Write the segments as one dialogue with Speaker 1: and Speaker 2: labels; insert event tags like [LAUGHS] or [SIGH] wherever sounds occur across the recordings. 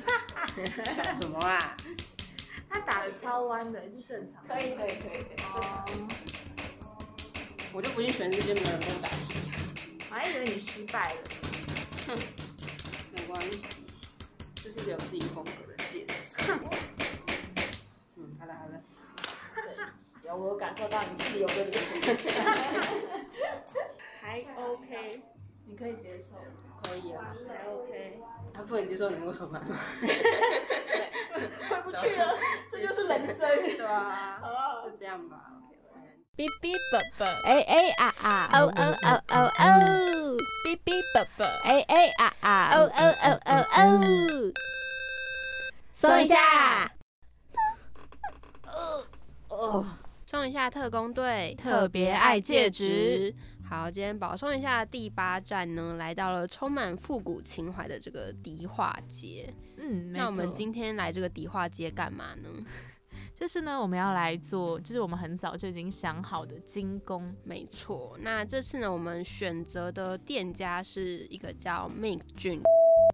Speaker 1: 想什么啊？
Speaker 2: 他打的超弯的，是正常的。
Speaker 3: 可以可以可以可以。
Speaker 2: 哦，
Speaker 1: 我就不信全世界没有人跟我打屁，
Speaker 2: 我还以为你失败了。
Speaker 1: 没关系，这是有自己风格的戒指。嗯，好了好了，
Speaker 3: 对，有我感受到你自由的灵
Speaker 1: 还 OK，
Speaker 2: 你可以接受，
Speaker 1: 可以啊。
Speaker 2: 还 OK，
Speaker 1: 他不能接受你为什么？
Speaker 3: 魂，回不去了，这就是人生。
Speaker 1: 对啊，
Speaker 3: 好不好？
Speaker 1: 就这样吧。OK，我认
Speaker 4: 哔哔啵啵，哎哎啊啊，哦哦哦哦哦，哔哔啵啵，哎哎啊啊，哦哦哦哦哦，松一下，
Speaker 1: 送一下特工队
Speaker 4: 特别爱戒指。
Speaker 1: 好，今天保送一下的第八站呢，来到了充满复古情怀的这个迪化街。
Speaker 4: 嗯，
Speaker 1: 那我们今天来这个迪化街干嘛呢？
Speaker 4: 就是呢，我们要来做，就是我们很早就已经想好的精工，
Speaker 1: 没错，那这次呢，我们选择的店家是一个叫 Mix Gene，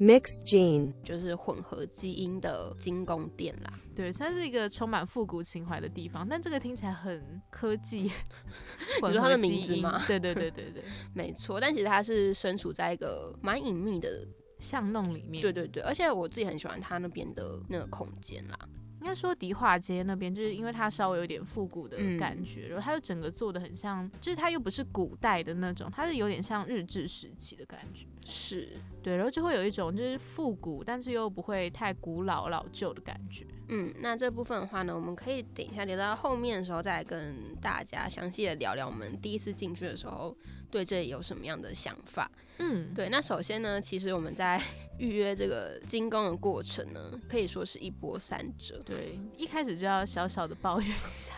Speaker 5: Mix Gene.
Speaker 1: 就是混合基因的精工店啦。
Speaker 4: 对，算是一个充满复古情怀的地方。但这个听起来很科
Speaker 1: [LAUGHS]
Speaker 4: 技，
Speaker 1: 说
Speaker 4: 混合
Speaker 1: 它的
Speaker 4: 基
Speaker 1: 名字
Speaker 4: 因
Speaker 1: 吗
Speaker 4: 对对对对
Speaker 1: [LAUGHS]
Speaker 4: 对，
Speaker 1: 没错，但其实它是身处在一个蛮隐秘的，
Speaker 4: 巷弄里面，
Speaker 1: 对对对，而且我自己很喜欢它那边的那个空间啦。
Speaker 4: 应该说迪化街那边，就是因为它稍微有点复古的
Speaker 1: 嗯
Speaker 4: 感觉，然后它就整个做的很像，就是它又不是古代的那种，它是有点像日治时期的感觉。
Speaker 1: 是，
Speaker 4: 对，然后就会有一种就是复古，但是又不会太古老老旧的感觉。
Speaker 1: 嗯，那这部分的话呢，我们可以等一下聊到后面的时候再来跟大家详细的聊聊我们第一次进去的时候对这里有什么样的想法。
Speaker 4: 嗯，
Speaker 1: 对，那首先呢，其实我们在 [LAUGHS] 预约这个精工的过程呢，可以说是一波三折，
Speaker 4: 对，一开始就要小小的抱怨一下。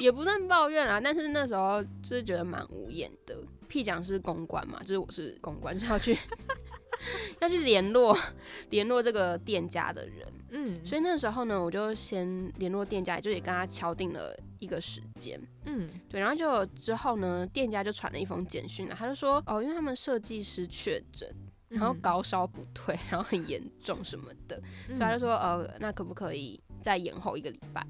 Speaker 1: 也不算抱怨啦，但是那时候就是觉得蛮无言的。屁讲是公关嘛，就是我是公关，是要去 [LAUGHS] 要去联络联络这个店家的人，
Speaker 4: 嗯，
Speaker 1: 所以那时候呢，我就先联络店家，就也跟他敲定了一个时间。
Speaker 4: 嗯，
Speaker 1: 对，然后就之后呢，店家就传了一封简讯啊，他就说哦，因为他们设计师确诊，然后
Speaker 4: 嗯，
Speaker 1: 高烧不退，然后很严重什么的，
Speaker 4: 嗯
Speaker 1: 所以他就说呃，那可不可以再延后一个礼拜？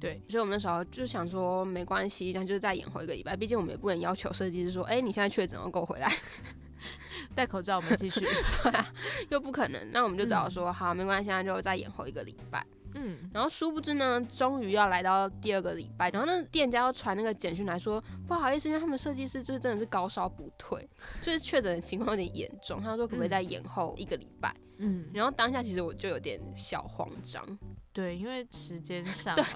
Speaker 4: 对，
Speaker 1: 所以我们那时候就想说没关系，那就再延后一个礼拜，毕竟我们也不能要求设计师说，哎、你现在确诊要给我回来， [LAUGHS]
Speaker 4: 戴口罩，我们继续。
Speaker 1: 又不可能，那我们就只好说、好，没关系，那就再延后一个礼拜。
Speaker 4: [LAUGHS] 嗯，
Speaker 1: 然后殊不知呢，终于要来到第二个礼拜，然后那店家又传那个简讯来说，不好意思，因为他们设计师就是真的是高烧不退，就是确诊的情况有点严重，他说可不可以再延后一个礼拜？
Speaker 4: 嗯，
Speaker 1: 然后当下其实我就有点小慌张，
Speaker 4: [LAUGHS] 对，因为时间上嘛，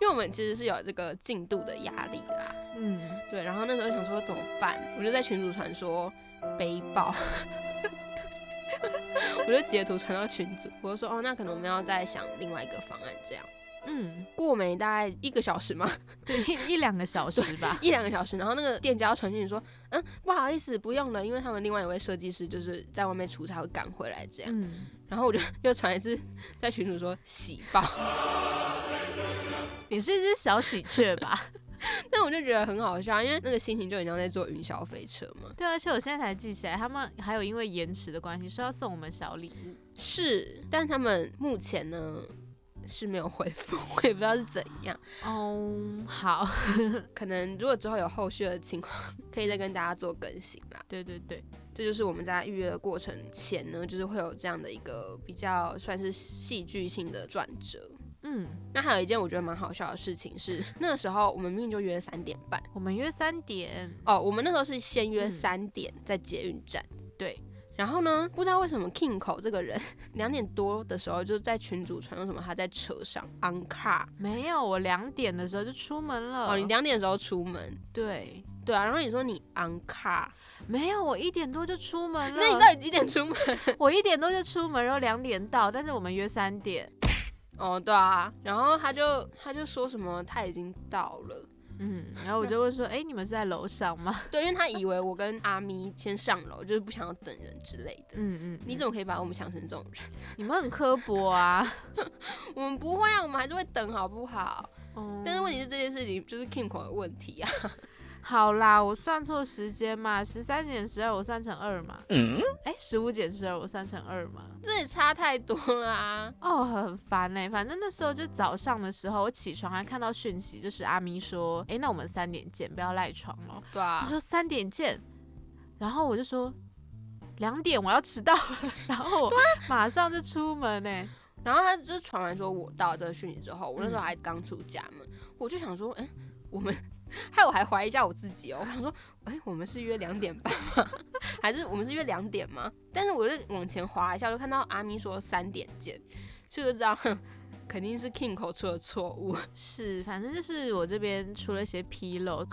Speaker 1: 因为我们其实是有这个进度的压力啦，
Speaker 4: 嗯，
Speaker 1: 对。然后那时候想说怎么办，我就在群组传说背包。我就截图传到群组，我就说哦，那可能我们要再想另外一个方案。这样
Speaker 4: 嗯，
Speaker 1: 过没大概一个小时嘛， [LAUGHS]
Speaker 4: 对，一一两个小时吧。
Speaker 1: 一两个小时，然后那个店家要传讯说，嗯，不好意思，不用了，因为他们另外一位设计师就是在外面出差会赶回来这样。
Speaker 4: 嗯，
Speaker 1: 然后我就 [LAUGHS] 又传一次在群主说喜报，
Speaker 4: 你是一只小喜鹊吧？
Speaker 1: [LAUGHS] 但我就觉得很好笑，因为那个心情就很像在坐云霄飞车嘛。
Speaker 4: [LAUGHS] 对，而且我现在才记起来，他们还有因为延迟的关系，说要送我们小礼物。
Speaker 1: 是，但他们目前呢是没有回复， [LAUGHS] 我也不知道是怎样。
Speaker 4: 哦，好，
Speaker 1: 可能如果之后有后续的情况，可以再跟大家做更新啦。
Speaker 4: 对对对，
Speaker 1: 这就是我们在预约的过程前呢，就是会有这样的一个比较算是戏剧性的转折。
Speaker 4: 嗯，
Speaker 1: 那还有一件我觉得蛮好笑的事情是，那个时候我们明明就约三点半
Speaker 4: 我们约三点，
Speaker 1: 哦，我们那时候是先约
Speaker 4: 嗯
Speaker 1: 三点在捷运站，
Speaker 4: 对。
Speaker 1: 然后呢，不知道为什么 King 口这个人 [LAUGHS] 两点多的时候就在群主传说什么他在车上 on car
Speaker 4: 没有，我两点的时候就出门了。
Speaker 1: 哦，你两点的时候出门，
Speaker 4: 对，
Speaker 1: 对啊，然后你说你 on car，
Speaker 4: 没有，我一点多就出门了。
Speaker 1: 那你到底几点出门？ [LAUGHS]
Speaker 4: 我一点多就出门，然后两点到，但是我们约三点。
Speaker 1: 哦，对啊，然后他就他就说什么他已经到了，
Speaker 4: 嗯，然后我就问说，哎，你们是在楼上吗？
Speaker 1: 对，因为他以为我跟阿咪先上楼，就是不想要等人之类的。
Speaker 4: 嗯嗯，
Speaker 1: 你怎么可以把我们想成这种人？ [LAUGHS]
Speaker 4: 你们很刻薄啊。
Speaker 1: 我们不会啊，我们还是会等，好不好？
Speaker 4: [LAUGHS] 哦
Speaker 1: 但是问题是这件事情就是 King 口的问题啊， [LAUGHS]
Speaker 4: 好啦，我算错时间嘛，十三减十二我算成二嘛，
Speaker 6: 嗯，
Speaker 4: 哎，十五减十二我算成二嘛。
Speaker 1: 这也差太多了啊！
Speaker 4: 哦，很烦哎、反正那时候就早上的时候，我起床还看到讯息，就是阿咪说，哎，那我们三点见，不要赖床了。
Speaker 1: 对
Speaker 4: 他
Speaker 1: 啊，
Speaker 4: 说三点见，然后我就说两点我要迟到了，然后我马上就出门哎、
Speaker 1: 然后他就传完说我到这个讯息之后，我那时候还刚出家门，我就想说，哎、我们 [LAUGHS] 害我还怀疑一下我自己哦，我想说，哎、我们是约两点半吗？ [LAUGHS] 还是我们是约两点吗？但是我就往前滑一下，我就看到阿咪说三点见，所以我就知道哼肯定是 King 口出了错误。
Speaker 4: 是，反正就是我这边出了一些纰漏。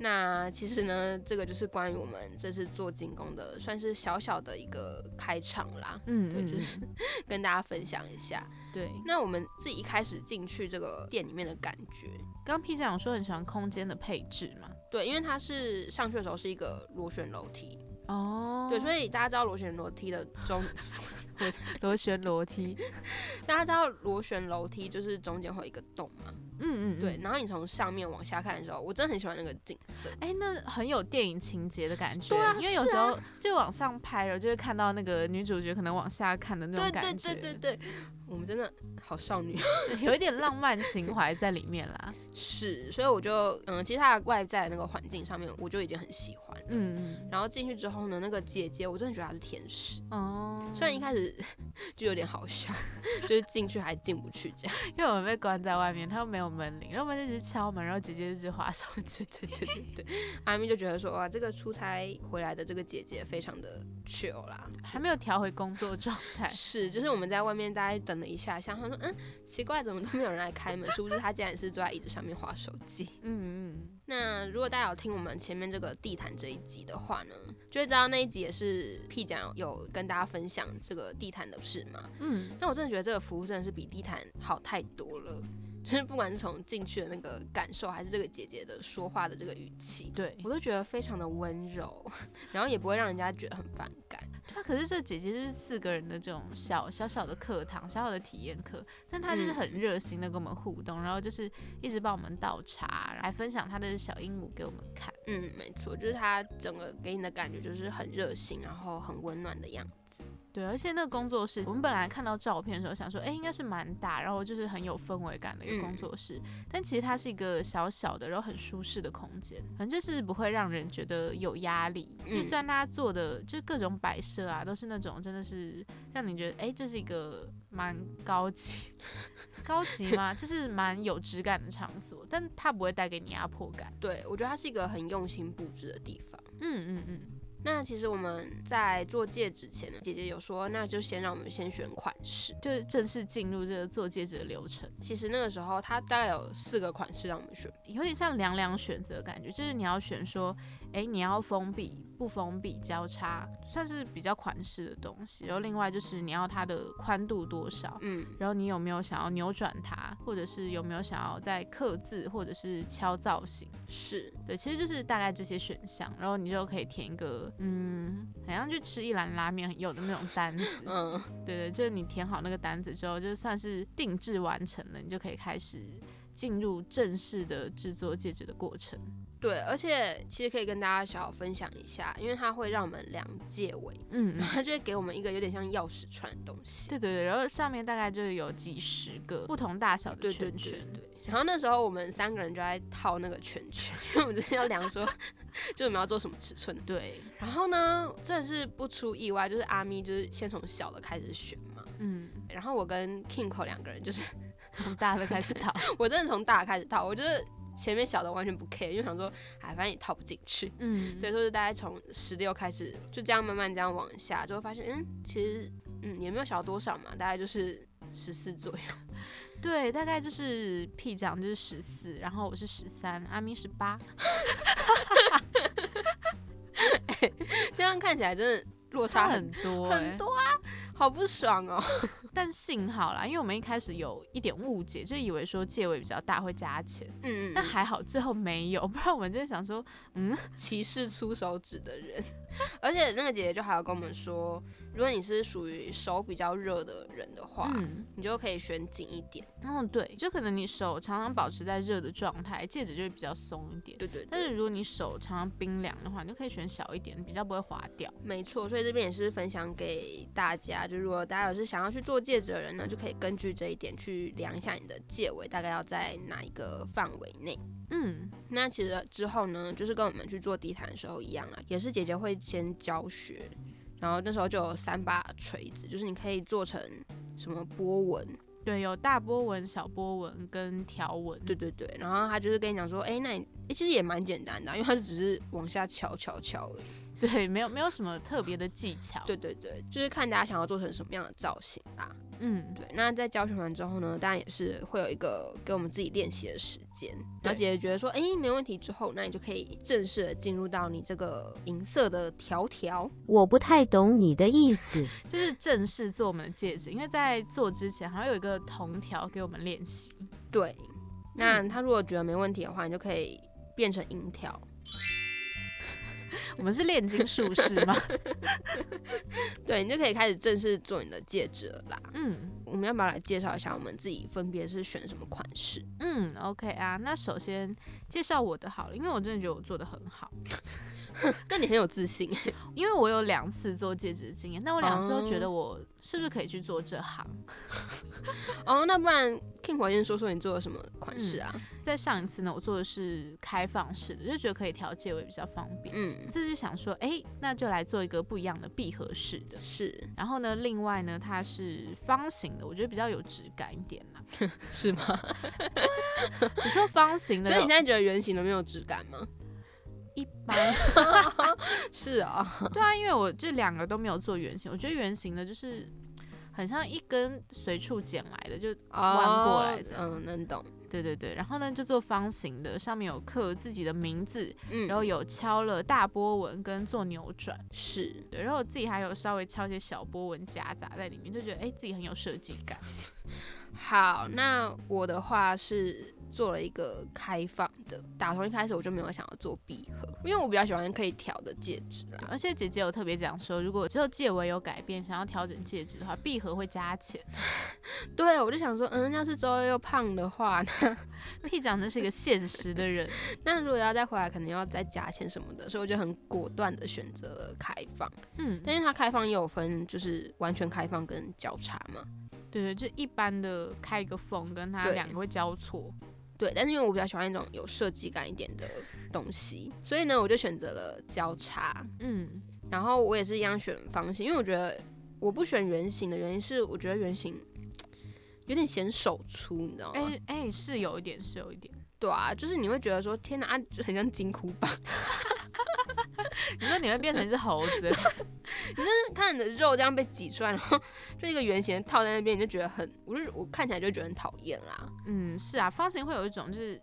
Speaker 1: 那其实呢，这个就是关于我们这次做进攻的，算是小小的一个开场啦，
Speaker 4: 嗯
Speaker 1: 对，
Speaker 4: 嗯，
Speaker 1: 就 [LAUGHS]
Speaker 4: 嗯
Speaker 1: 是跟大家分享一下。
Speaker 4: 对。
Speaker 1: 那我们自己一开始进去这个店里面的感觉，
Speaker 4: 刚 P 讲说很喜欢空间的配置嘛，
Speaker 1: 对，因为它是上去的时候是一个螺旋楼梯，
Speaker 4: 哦
Speaker 1: 对，所以大家知道螺旋楼梯的中， [LAUGHS]
Speaker 4: 螺旋楼梯，
Speaker 1: 大家知道螺旋楼梯就是中间会有一个洞嘛，
Speaker 4: 嗯嗯，嗯
Speaker 1: 对，。然后你从上面往下看的时候，我真的很喜欢那个景色，
Speaker 4: 哎、那很有电影情节的感觉，
Speaker 1: 对啊
Speaker 4: 因为有
Speaker 1: 是
Speaker 4: 时
Speaker 1: 啊
Speaker 4: 候就往上拍了，就会看到那个女主角可能往下看的那
Speaker 1: 对
Speaker 4: 种感
Speaker 1: 对
Speaker 4: 觉，
Speaker 1: 对对对，我们真的好少女。啊
Speaker 4: 对有一点浪漫情怀在里面啦。
Speaker 1: [LAUGHS] 是，所以我就嗯，其实它的外在的那个环境上面，我就已经很喜欢。
Speaker 4: 嗯，
Speaker 1: 然后进去之后呢，那个姐姐，我真的觉得她是天使，
Speaker 4: 嗯哦，
Speaker 1: 虽然一开始 [LAUGHS] 就有点好笑， [LAUGHS] 就是进去还进不去这样。
Speaker 4: 因为我们被关在外面，他又没有门铃，然后我们就一直敲门，然后姐姐就一直划手
Speaker 1: 对
Speaker 4: 机。
Speaker 1: [LAUGHS] 对对对对，阿咪就觉得说哇，这个出差回来的这个姐姐非常的 chill 啦，，
Speaker 4: 还没有调回工作状态
Speaker 1: 是，就是我们在外面大概等了一下，像她说嗯，奇怪，怎么都没有人来开门，是不是她竟然是坐在椅子上面划手机？
Speaker 4: 嗯嗯，
Speaker 1: 那如果大家有听我们前面这个地毯这一集的话呢，就会知道那一集也是 P 讲有跟大家分享这个地毯的事嘛。
Speaker 4: 嗯，
Speaker 1: 那我真的觉得这个服务真的是比地毯好太多了，就是不管是从进去的那个感受，还是这个姐姐的说话的这个语气，
Speaker 4: 对。
Speaker 1: 我都觉得非常的温柔，然后也不会让人家觉得很反感。
Speaker 4: 他可是这姐姐就是四个人的这种小小小的课堂，小小的体验课，但她就是
Speaker 1: 嗯
Speaker 4: 很热心的跟我们互动，然后就是一直帮我们倒茶，还分享她的小鹦鹉给我们看。
Speaker 1: 嗯，没错，就是她整个给你的感觉就是很热心，然后很温暖的样子。
Speaker 4: 对，而且那个工作室，我们本来看到照片的时候想说，哎、应该是蛮大，然后就是很有氛围感的一个工
Speaker 1: 嗯
Speaker 4: 作室，但其实它是一个小小的，然后很舒适的空间，反正就是不会让人觉得有压力。因为
Speaker 1: 嗯
Speaker 4: 虽然它做的就是各种摆设啊，都是那种真的是让你觉得，哎、这是一个蛮高级、 [LAUGHS] 高级吗？就是蛮有质感的场所，但它不会带给你压迫感。
Speaker 1: 对我觉得她是一个很用心布置的地方。
Speaker 4: 嗯嗯嗯，
Speaker 1: 那其实我们在做戒指前呢，姐姐有说，那就先让我们先选款式。
Speaker 4: 就是正式进入这个做戒指的流程。
Speaker 1: 其实那个时候，她大概有四个款式让我们选。
Speaker 4: 有点像两两选择的感觉，就是你要选说，哎、你要封闭不封闭交叉，算是比较款式的东西。然后另外就是你要它的宽度多少，
Speaker 1: 嗯，
Speaker 4: 然后你有没有想要扭转它，或者是有没有想要再刻字或者是敲造型。
Speaker 1: 是
Speaker 4: 对，其实就是大概这些选项，然后你就可以填一个，嗯，好像去吃一兰拉面有的那种单子。
Speaker 1: [LAUGHS] 嗯，
Speaker 4: 对对，就是你填好那个单子之后，就算是定制完成了，你就可以开始进入正式的制作戒指的过程。
Speaker 1: 对。而且其实可以跟大家小小分享一下，因为它会让我们量戒尾，
Speaker 4: 嗯，嗯
Speaker 1: 它就会给我们一个有点像钥匙串的东西。
Speaker 4: [LAUGHS] 对对对，然后上面大概就有几十个不同大小的
Speaker 1: 对对
Speaker 4: 圈
Speaker 1: 对
Speaker 4: 圈。
Speaker 1: 对。然后那时候我们三个人就在套那个圈圈， [LAUGHS] 因为我们就是要量说，就我们要做什么尺寸的。
Speaker 4: 对，
Speaker 1: 然后呢，真的是不出意外，就是阿咪就是先从小的开始选嘛。
Speaker 4: 嗯，
Speaker 1: 然后我跟 Kingo 两个人，就是 [LAUGHS]
Speaker 4: 从大的开始套。
Speaker 1: 我真的从大开始套，我就是前面小的完全不 care，就想说，哎，反正也套不进去。
Speaker 4: [LAUGHS] 嗯，
Speaker 1: 所以说是大概从十六开始，就这样慢慢这样往下，就会发现，嗯，其实嗯也没有小多少嘛，大概就是十四左右。 [LAUGHS]
Speaker 4: 对，大概就是 P 奖就是十四，然后我是十三，阿咪十八，
Speaker 1: 这样看起来真的落差很
Speaker 4: 很多、
Speaker 1: 很。多啊，好不爽哦。
Speaker 4: 但幸好啦，因为我们一开始有一点误解，就以为说戒尾比较大会加钱。
Speaker 1: 嗯，
Speaker 4: 但还好最后没有，不然我们就会想说，嗯，
Speaker 1: 歧视粗手指的人， [LAUGHS] 而且那个姐姐就还有跟我们说，如果你是属于手比较热的人的话，
Speaker 4: 嗯，
Speaker 1: 你就可以选紧一点。
Speaker 4: 哦对，就可能你手常常保持在热的状态，戒指就会比较松一点。
Speaker 1: 对对
Speaker 4: 但
Speaker 1: 对，
Speaker 4: 是如果你手常常冰凉的话，你就可以选小一点，比较不会滑掉。
Speaker 1: 没错。所以这边也是分享给大家，就如果大家有是想要去做戒指的人呢，就可以根据这一点去量一下你的戒围大概要在哪一个范围内。
Speaker 4: 嗯，
Speaker 1: 那其实之后呢，就是跟我们去做地毯的时候一样啊，也是姐姐会先教学，然后那时候就有三把锤子，就是你可以做成什么波纹，
Speaker 4: 对，有大波纹、小波纹跟条纹。
Speaker 1: 对对对，然后他就是跟你讲说，哎、那你、诶其实也蛮简单的啊、因为他就只是往下敲敲敲而已。
Speaker 4: 对，没有没有什么特别的技巧。
Speaker 1: 对，对对，就是看大家想要做成什么样的造型啦。
Speaker 4: 嗯，
Speaker 1: 对，那在教学完之后呢，当然也是会有一个给我们自己练习的时间。然后姐姐觉得说，哎、没问题之后，那你就可以正式的进入到你这个银色的条条。
Speaker 5: 我不太懂你的意思。
Speaker 4: 就是正式做我们的戒指，因为在做之前还会有一个铜条给我们练习。
Speaker 1: 对，那他如果觉得没问题的话，你就可以变成银条。
Speaker 4: 我们是炼金术士
Speaker 1: [LAUGHS]
Speaker 4: 吗？
Speaker 1: 对，你就可以开始正式做你的戒指了啦。
Speaker 4: 嗯
Speaker 1: 我们要不要来介绍一下我们自己分别是选什么款式？
Speaker 4: 嗯，OK 啊。那首先介绍我的好了，因为我真的觉得我做的很好，
Speaker 1: 那你很有自信。 [LAUGHS]
Speaker 4: 因为我有两次做戒指的经验，但我两次都觉
Speaker 1: 哦
Speaker 4: 得我是不是可以去做这行？
Speaker 1: 哦，那不然 King 怀先说说你做了什么款式啊？
Speaker 4: 在上一次呢，我做的是开放式的，就觉得可以调戒位比较方便。
Speaker 1: 嗯，
Speaker 4: 这次就想说，哎、那就来做一个不一样的闭合式的。
Speaker 1: 是
Speaker 4: 然后呢，另外呢，它是方形的，我觉得比较有质感一点啦。
Speaker 1: 是吗？ [LAUGHS]
Speaker 4: 你做方形的
Speaker 1: 所以你
Speaker 4: 那种，
Speaker 1: 现在觉得圆形的没有质感吗？
Speaker 4: 一般 [LAUGHS]
Speaker 1: 是啊、
Speaker 4: 对啊，因为我这两个都没有做圆形，我觉得圆形的就是很像一根随处捡来的，就弯过来这样
Speaker 1: 哦嗯，能懂。
Speaker 4: 对对对。然后呢，就做方形的，上面有刻自己的名字，
Speaker 1: 嗯，
Speaker 4: 然后有敲了大波纹跟做扭转，
Speaker 1: 是
Speaker 4: 对。然后我自己还有稍微敲一些小波纹夹杂在里面，就觉得哎自己很有设计感。
Speaker 1: 好。那我的话是做了一个开放的，打从一开始我就没有想要做闭合，因为我比较喜欢可以调的戒指啦。
Speaker 4: 啊而且姐姐有特别讲说，如果之后戒围有改变，想要调整戒指的话，闭合会加钱。
Speaker 1: 对，我就想说，嗯，要是周又又胖的话，
Speaker 4: 屁长真是一个现实
Speaker 1: [LAUGHS]
Speaker 4: 的人，
Speaker 1: 那如果要再回来，可能要再加钱什么的，所以我就很果断的选择了开放。
Speaker 4: 嗯，
Speaker 1: 但是它开放也有分，就是完全开放跟交叉嘛。
Speaker 4: 对对，就一般的开一个缝，跟它
Speaker 1: 对
Speaker 4: 两个会交错。
Speaker 1: 对，但是因为我比较喜欢那种有设计感一点的东西，所以呢，我就选择了交叉。
Speaker 4: 嗯，
Speaker 1: 然后我也是一样选方形，因为我觉得我不选圆形的原因是，我觉得圆形有点显手粗，你知道
Speaker 4: 哎
Speaker 1: 吗？
Speaker 4: 哎、是有一点，是有一点。
Speaker 1: 对啊，就是你会觉得说，天哪，啊就很像金箍棒， [LAUGHS]
Speaker 4: 你说你会变成一只
Speaker 1: [LAUGHS]
Speaker 4: 猴子，
Speaker 1: 看你的肉这样被挤出来，然后就一个圆形的套在那边，你就觉得很，我就我看起来就觉得很讨厌啦。
Speaker 4: 嗯，是啊，方形会有一种就是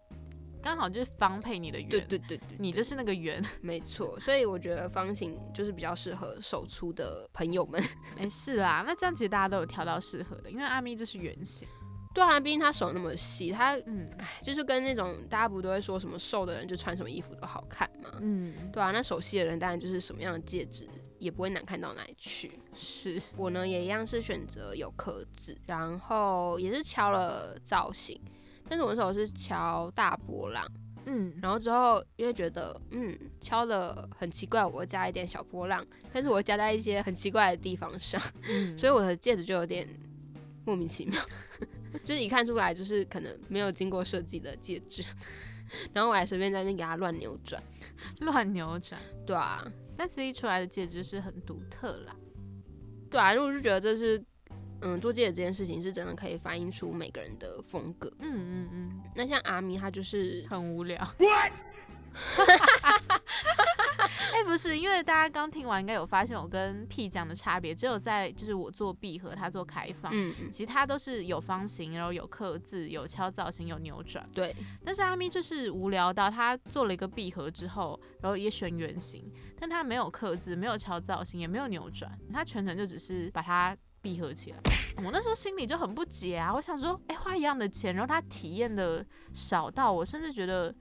Speaker 4: 刚好就是方配你的圆，
Speaker 1: 对对对对，
Speaker 4: 你就是那个圆。
Speaker 1: 没错，所以我觉得方形就是比较适合手粗的朋友们。
Speaker 4: 哎、是啊，那这样其实大家都有挑到适合的，因为阿咪就是圆形。
Speaker 1: [LAUGHS] 对啊，毕竟他手那么细，他
Speaker 4: 嗯
Speaker 1: 就是跟那种大家不都会说什么瘦的人就穿什么衣服都好看嘛，
Speaker 4: 嗯，
Speaker 1: 对啊，那手细的人当然就是什么样的戒指也不会难看到哪里去。
Speaker 4: 是，
Speaker 1: 我呢也一样是选择有壳子，然后也是敲了造型，但是我那时候是敲大波浪，
Speaker 4: 嗯，
Speaker 1: 然后之后因为觉得嗯敲的很奇怪，我会加一点小波浪，但是我会加在一些很奇怪的地方上，
Speaker 4: 嗯
Speaker 1: 所以我的戒指就有点莫名其妙， [LAUGHS] 就是一看出来就是可能没有经过设计的戒指， [LAUGHS] 然后我还随便在那边给它乱扭转，
Speaker 4: 乱扭转。
Speaker 1: 对啊，
Speaker 4: 但是一出来的戒指是很独特啦。
Speaker 1: 对啊，因为我就觉得这是。嗯，做戒指这件事情是真的可以反映出每个人的风格。
Speaker 4: 嗯嗯
Speaker 1: 那像阿咪，她就是
Speaker 4: 嗯，很无聊。 [LAUGHS] 哎、不是，因为大家刚听完，应该有发现我跟屁讲的差别，只有在就是我做闭合，他做开放。
Speaker 1: 嗯，嗯
Speaker 4: 其他都是有方形，然后有刻字，有敲造型，有扭转。
Speaker 1: 对，
Speaker 4: 但是阿咪就是无聊到他做了一个闭合之后，然后也选圆形，但他没有刻字，没有敲造型，也没有扭转，他全程就只是把它闭合起来。我那时候心里就很不解啊，我想说，哎、花一样的钱，然后他体验的少到我甚至觉得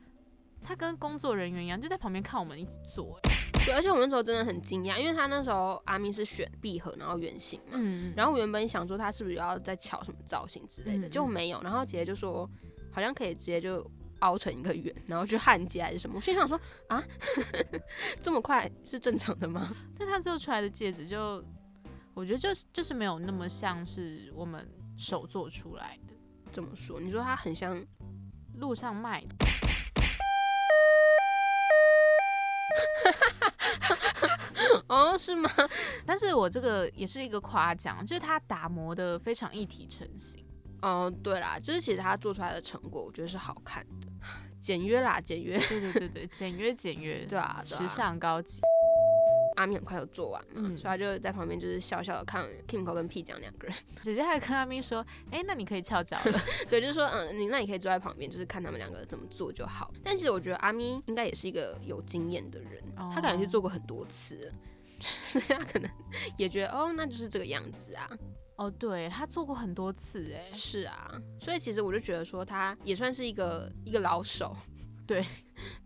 Speaker 4: 他跟工作人员一样，就在旁边看我们一起做。
Speaker 1: 对，而且我那时候真的很惊讶，因为他那时候阿咪是选闭合，然后圆形嘛，
Speaker 4: 嗯，
Speaker 1: 然后我原本想说他是不是要再巧什么造型之类的，
Speaker 4: 嗯
Speaker 1: 就没有。然后姐姐就说好像可以直接就凹成一个圆，然后去焊接还是什么。我心想说啊， [LAUGHS] 这么快是正常的吗？ [LAUGHS]
Speaker 4: 但他最后出来的戒指就，我觉得就是就是没有那么像是我们手做出来的，
Speaker 1: 怎么说？你说它很像
Speaker 4: 路上卖的。
Speaker 1: 哦，是吗？
Speaker 4: 但是我这个也是一个夸奖，就是它打磨的非常一体成型。
Speaker 1: 哦，对啦，就是其实它做出来的成果，我觉得是好看的，简约啦，简约。
Speaker 4: [LAUGHS] 对对对对，简约简约，
Speaker 1: 对啊，对啊
Speaker 4: 时尚高级。
Speaker 1: 阿咪很快就做完嘛，
Speaker 4: 嗯
Speaker 1: 所以他就在旁边就是笑笑的看 Kimco 跟 P 酱两个人，
Speaker 4: 姐姐还跟阿咪说：“哎、那你可以翘脚了。
Speaker 1: 对，就是说，嗯，你那你可以坐在旁边，就是看他们两个怎么做就好。但其实我觉得阿咪应该也是一个有经验的人，
Speaker 4: 哦
Speaker 1: 他感觉去做过很多次了， [LAUGHS] 所以他可能也觉得哦，那就是这个样子啊，”
Speaker 4: [LAUGHS] 哦，对，她做过很多次哎，
Speaker 1: 是啊。所以其实我就觉得说，他也算是一个一个老手，
Speaker 4: 对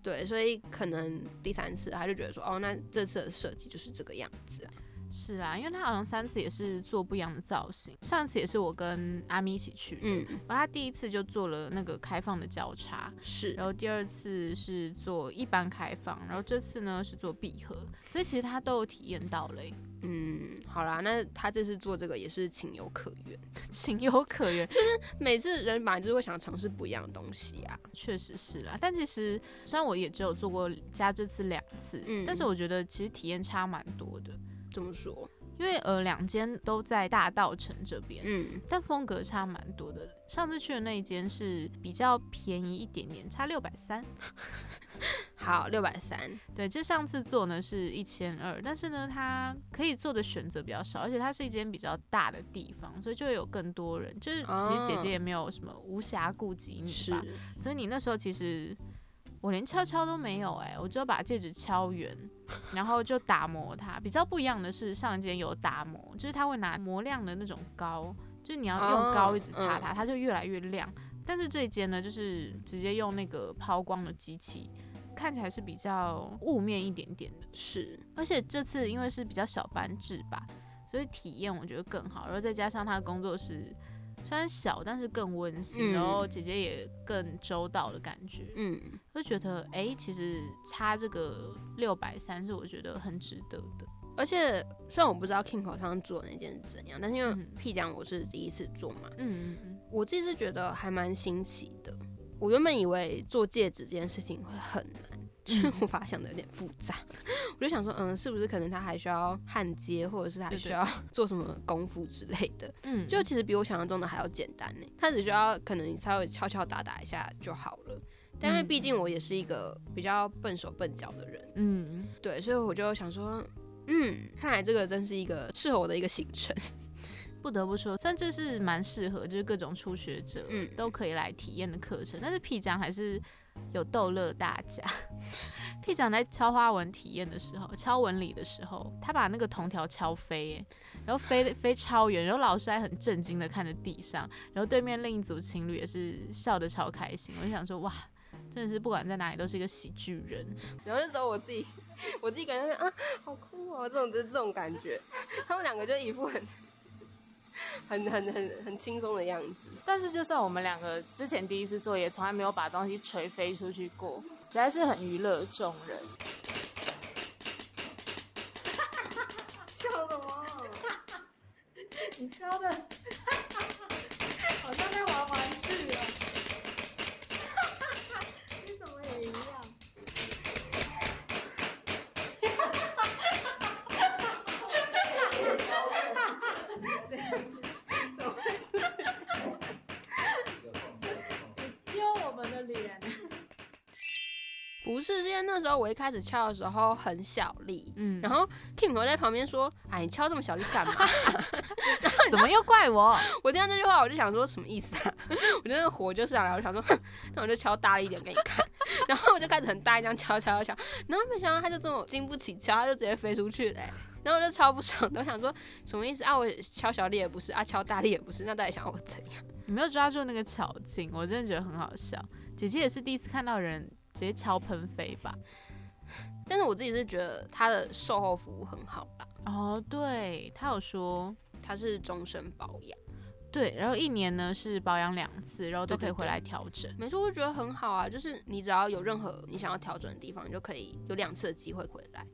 Speaker 1: 对，所以可能第三次他就觉得说，哦，那这次的设计就是这个样子啊，
Speaker 4: 是啊，因为她好像三次也是做不一样的造型。上次也是我跟阿咪一起去，嗯，
Speaker 1: 嗯，
Speaker 4: 然后她第一次就做了那个开放的交叉，
Speaker 1: 是
Speaker 4: 然后第二次是做一般开放，然后这次呢是做闭合，所以其实她都有体验到哎嘞，
Speaker 1: 嗯，好啦，那他这次做这个也是情有可原。
Speaker 4: 情有可原。
Speaker 1: 每次人本来就是会想尝试不一样的东西啊，
Speaker 4: 确实是啦，但其实虽然我也只有做过加这次两次，
Speaker 1: 嗯
Speaker 4: 但是我觉得其实体验差蛮多的，
Speaker 1: 这么说，
Speaker 4: 因为呃两间都在大道城这边，
Speaker 1: 嗯，
Speaker 4: 但风格差蛮多的。上次去的那一间是比较便宜一点点，差六百三。
Speaker 1: 好，六百三，
Speaker 4: 对，这上次做呢是一千二，但是呢它可以做的选择比较少，而且它是一间比较大的地方，所以就会有更多人。就是其实姐姐也没有什么无暇顾及你
Speaker 1: 哦是
Speaker 4: 吧，所以你那时候其实我连敲敲都没有哎、我就把戒指敲圆，然后就打磨它。比较不一样的是上一间有打磨，就是他会拿磨亮的那种膏，就是你要用膏一直擦它，它就越来越亮。但是这一间呢，就是直接用那个抛光的机器，看起来是比较雾面一点点的。
Speaker 1: 是，
Speaker 4: 而且这次因为是比较小班制吧，所以体验我觉得更好。然后再加上他的工作室虽然小，但是更温
Speaker 1: 嗯
Speaker 4: 馨，然后姐姐也更周到的感觉，
Speaker 1: 嗯，
Speaker 4: 会觉得哎、诶其实差这个六百三是我觉得很值得的。
Speaker 1: 而且虽然我不知道 King 口上做的那件是怎样，但是因为
Speaker 4: 嗯
Speaker 1: P 讲我是第一次做嘛，
Speaker 4: 嗯嗯嗯，
Speaker 1: 我自己是觉得还蛮新奇的。我原本以为做戒指这件事情会很难，就是我把它想的有点复杂。 [LAUGHS] 我就想说，嗯，是不是可能它还需要焊接，或者是还
Speaker 4: 对对
Speaker 1: 需要 [LAUGHS] 做什么功夫之类的？
Speaker 4: 嗯，
Speaker 1: 就其实比我想象中的还要简单呢。它只需要可能你稍微敲敲打打一下就好了。但因为
Speaker 4: 嗯
Speaker 1: 毕竟我也是一个比较笨手笨脚的人，
Speaker 4: 嗯，
Speaker 1: 对，所以我就想说，嗯，看来这个真是一个适合我的一个行程。 [LAUGHS]
Speaker 4: 不得不说，虽然这是蛮适合就是各种初学者
Speaker 1: 嗯
Speaker 4: 都可以来体验的课程，但是 P 奖还是有逗乐大家。P 奖在敲花纹体验的时候，敲纹理的时候，他把那个铜条敲飞耶，然后飞得飞超远，然后老师还很震惊的看着地上，然后对面另一组情侣也是笑得超开心。我就想说，哇，真的是不管在哪里都是一个喜剧人。
Speaker 1: 然后那时候我自己，我自己感觉啊，好酷哦，这种就是这种感觉。 [LAUGHS] 他们两个就一副很。很很很很轻松的样子，
Speaker 3: 但是就算我们两个之前第一次做，也从来没有把东西锤飞出去过，实在是很娱乐众人。
Speaker 2: 笑什么？你笑的， [LAUGHS] 好像在玩玩具哦。你怎么也一样？
Speaker 3: 丢我们的脸，
Speaker 1: 不是是因为那时候我一开始敲的时候很小力，
Speaker 4: 嗯，
Speaker 1: 然后 Kim 哥在旁边说：“哎，你敲这么小力干嘛？”
Speaker 4: 怎么又怪我？
Speaker 1: [LAUGHS] 我听到这句话，我就想说什么意思啊？ [LAUGHS] 我真的火就上来，我想说，哼那我就敲大力一点给你看。 [LAUGHS] 然后我就开始很大力这样敲敲敲，然后没想到他就这么经不起敲，他就直接飞出去嘞、欸然后我就超不爽的，我想说什么意思啊？我敲小力也不是啊，敲大力也不是，那到底想要我怎样？ [LAUGHS]
Speaker 4: 你没有抓住那个巧劲，我真的觉得很好笑。姐姐也是第一次看到人直接敲喷飞吧？
Speaker 1: 但是我自己是觉得它的售后服务很好啦，
Speaker 4: 哦，对他有说，
Speaker 1: 它是终身保养，
Speaker 4: 对，然后一年呢是保养两次，然后都
Speaker 1: 对
Speaker 4: 可以
Speaker 1: 对
Speaker 4: 回
Speaker 1: 对
Speaker 4: 来调整。
Speaker 1: 没错，我觉得很好啊。就是你只要有任何你想要调整的地方，你就可以有两次的机会回来。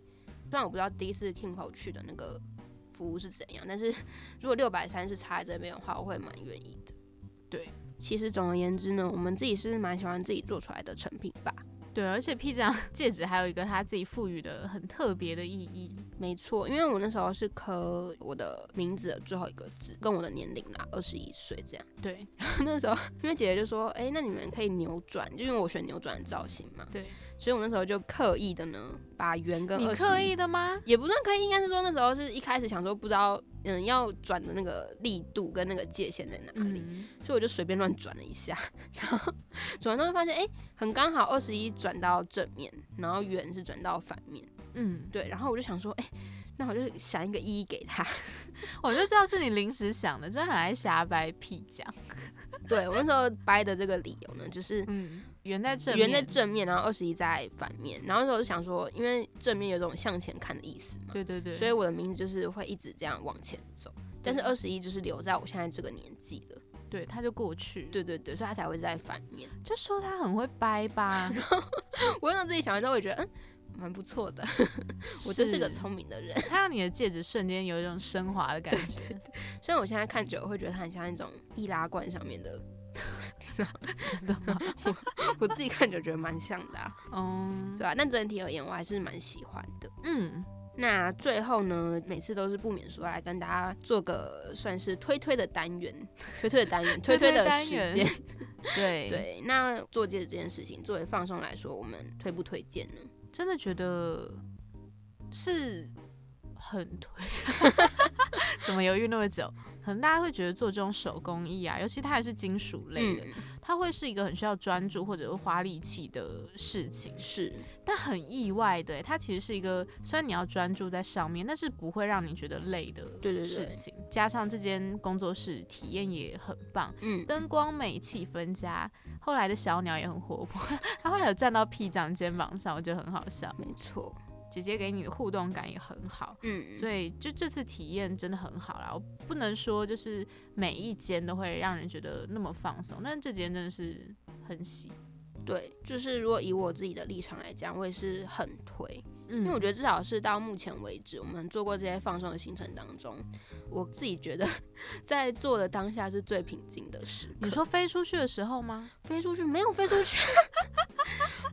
Speaker 1: 虽然我不知道第一次 Kingo 去的那个服务是怎样，但是如果六百三是差在这边的话，我会蛮愿意的。
Speaker 4: 对，
Speaker 1: 其实总而言之呢，我们自己是蛮喜欢自己做出来的成品吧。
Speaker 4: 对，而且 P 这样 [LAUGHS] 戒指还有一个他自己赋予的很特别的意义。
Speaker 1: 没错，因为我那时候是刻我的名字的最后一个字，跟我的年龄啦，二十一岁这样。 [LAUGHS]
Speaker 4: 对
Speaker 1: 那时候因为姐姐就说：“哎、那你们可以扭转，就因为我选扭转的造型嘛。”
Speaker 4: 对，
Speaker 1: 所以我那时候就刻意的呢，把圆跟
Speaker 4: 你
Speaker 1: 二十
Speaker 4: 刻意的吗？
Speaker 1: 也不算刻意，应该是说那时候是一开始想说不知道，嗯，要转的那个力度跟那个界限在哪里，
Speaker 4: 嗯，
Speaker 1: 所以我就随便乱转了一下，然后转完之后发现，哎、很刚好二十一转到正面，然后圆是转到反面，
Speaker 4: 嗯，
Speaker 1: 对，然后我就想说，哎、那我就想一个一给他， [LAUGHS]
Speaker 4: 我就知道是你临时想的，真的很爱瞎掰屁讲。
Speaker 1: 对我那时候掰的这个理由呢，就是
Speaker 4: 嗯，圆在这，
Speaker 1: 圆在，正面，然后二十一在反面，然后那时候就想说，因为正面有种向前看的意思嘛，
Speaker 4: 对对对，
Speaker 1: 所以我的名字就是会一直这样往前走，但是二十一就是留在我现在这个年纪了。
Speaker 4: 对他就过去，，
Speaker 1: 对对对，所以他才会在反面。
Speaker 4: 就说他很会掰
Speaker 1: [LAUGHS]
Speaker 4: 吧，
Speaker 1: 我用到自己想完之后，我也觉得嗯，蛮不错的，我真是个聪明的人。 [LAUGHS]
Speaker 4: 他让你的戒指瞬间有一种升华的感觉，
Speaker 1: 虽然我现在看久了会觉得它很像一种易拉罐上面的，
Speaker 4: [LAUGHS] 真的吗？
Speaker 1: 我自己看久觉得蛮像的、啊，
Speaker 4: 嗯
Speaker 1: 对吧、但整体而言，我还是蛮喜欢的。
Speaker 4: 嗯，
Speaker 1: 那最后呢，每次都是不免说来跟大家做个算是推推的单元，推推的单
Speaker 4: [LAUGHS]
Speaker 1: 元，推
Speaker 4: 推推
Speaker 1: 的
Speaker 4: 单
Speaker 1: 时
Speaker 4: 元
Speaker 1: 间。
Speaker 4: 对，
Speaker 1: 对，那做戒指这件事情，作为放松来说，我们推不推荐呢？
Speaker 4: 真的觉得是很推，
Speaker 1: [LAUGHS]
Speaker 4: 怎么犹豫那么久？可能大家会觉得做这种手工艺啊，尤其它还是金属类的，
Speaker 1: 嗯，
Speaker 4: 它会是一个很需要专注或者是花力气的事情。
Speaker 1: 是
Speaker 4: 但很意外的欸，它其实是一个虽然你要专注在上面，但是不会让你觉得累的
Speaker 1: 对对对
Speaker 4: 事情。加上这间工作室体验也很棒，
Speaker 1: 嗯，
Speaker 4: 灯光美，气氛佳。后来的小鸟也很活泼，它后来有站到屁长肩膀上，我觉得很好笑。
Speaker 1: 没错，
Speaker 4: 姐姐给你的互动感也很好，
Speaker 1: 嗯，
Speaker 4: 所以就这次体验真的很好啦。我不能说就是每一间都会让人觉得那么放松，但是这间真的是很喜，
Speaker 1: 对，就是如果以我自己的立场来讲，我也是很推，
Speaker 4: 嗯
Speaker 1: 因为我觉得至少是到目前为止，我们做过这些放松的行程当中，我自己觉得在做的当下是最平静的时刻。
Speaker 4: 你说飞出去的时候吗？
Speaker 1: 飞出去没有飞出 [LAUGHS] 去，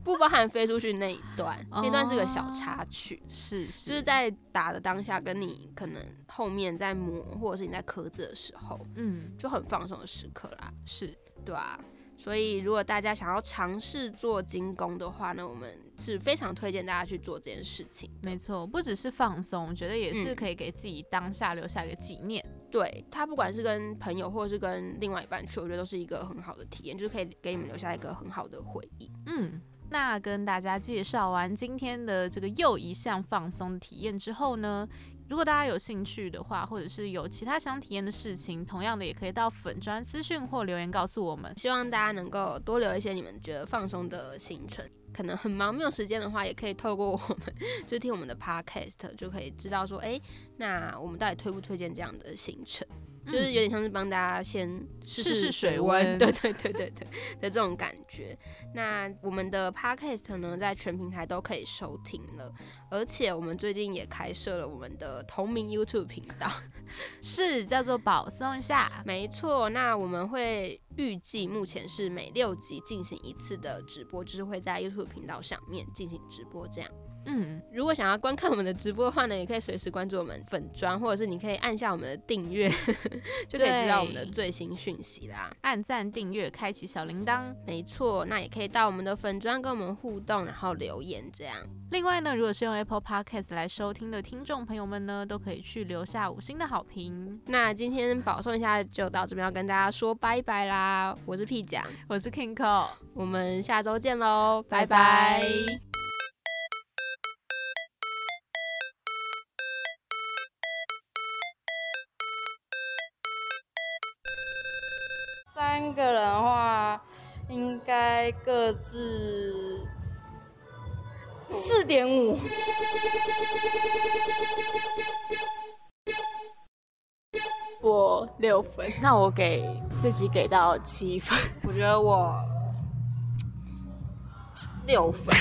Speaker 1: 不包含飞出去那一段，那段是个小插曲。
Speaker 4: 是，
Speaker 1: 就是在打的当下，跟你可能后面在磨，或者是你在咳字的时候，
Speaker 4: 嗯
Speaker 1: 就很放松的时刻啦。
Speaker 4: 是
Speaker 1: 对啊，所以如果大家想要尝试做精工的话呢，我们是非常推荐大家去做这件事情的
Speaker 4: 没。错，不只是放松，我觉得也是
Speaker 1: 嗯
Speaker 4: 可以给自己当下留下一个纪念。
Speaker 1: 对他，不管是跟朋友或者是跟另外一半去，我觉得都是一个很好的体验，就是可以给你们留下一个很好的回忆。
Speaker 4: 嗯，那跟大家介绍完今天的这个又一项放松的体验之后呢，如果大家有兴趣的话，或者是有其他想体验的事情，同样的也可以到粉砖私讯或留言告诉我们。
Speaker 1: 希望大家能够多留一些你们觉得放松的行程。可能很忙没有时间的话，也可以透过我们就听我们的 podcast，就可以知道说，哎、那我们到底推不推荐这样的行程？就是
Speaker 4: 嗯
Speaker 1: 有点像是帮大家先嗯试
Speaker 4: 试
Speaker 1: 试
Speaker 4: 水
Speaker 1: 水
Speaker 4: 温
Speaker 1: 温， [LAUGHS] 对对对对对的这种感觉。那我们的 podcast 呢，在全平台都可以收听了，而且我们最近也开设了我们的同名 YouTube 频道。 [LAUGHS]
Speaker 4: 是叫做保松一下，
Speaker 1: 没错，那我们会预计目前是每六集进行一次的直播，就是会在 YouTube 频道上面进行直播这样。
Speaker 4: 嗯，
Speaker 1: 如果想要观看我们的直播的话呢，也可以随时关注我们粉砖，或者是你可以按下我们的订阅， [LAUGHS] 就可以知道我们的最新讯息啦。
Speaker 4: 按赞、订阅、开启小铃铛。
Speaker 1: 没错，那也可以到我们的粉砖跟我们互动，然后留言这样。
Speaker 4: 另外呢，如果是用 Apple Podcast 来收听的听众朋友们呢，都可以去留下五星的好评。
Speaker 1: 那今天保送一下就到这边，要跟大家说拜拜啦！我是屁酱，
Speaker 4: 我是 Kingo，
Speaker 1: 我们下周见喽，拜
Speaker 4: 拜拜
Speaker 1: 拜
Speaker 2: 三个人的话，应该各自
Speaker 7: 四点五。
Speaker 2: 我六分，
Speaker 3: 那我给自己给到七分，
Speaker 1: 我觉得我六分。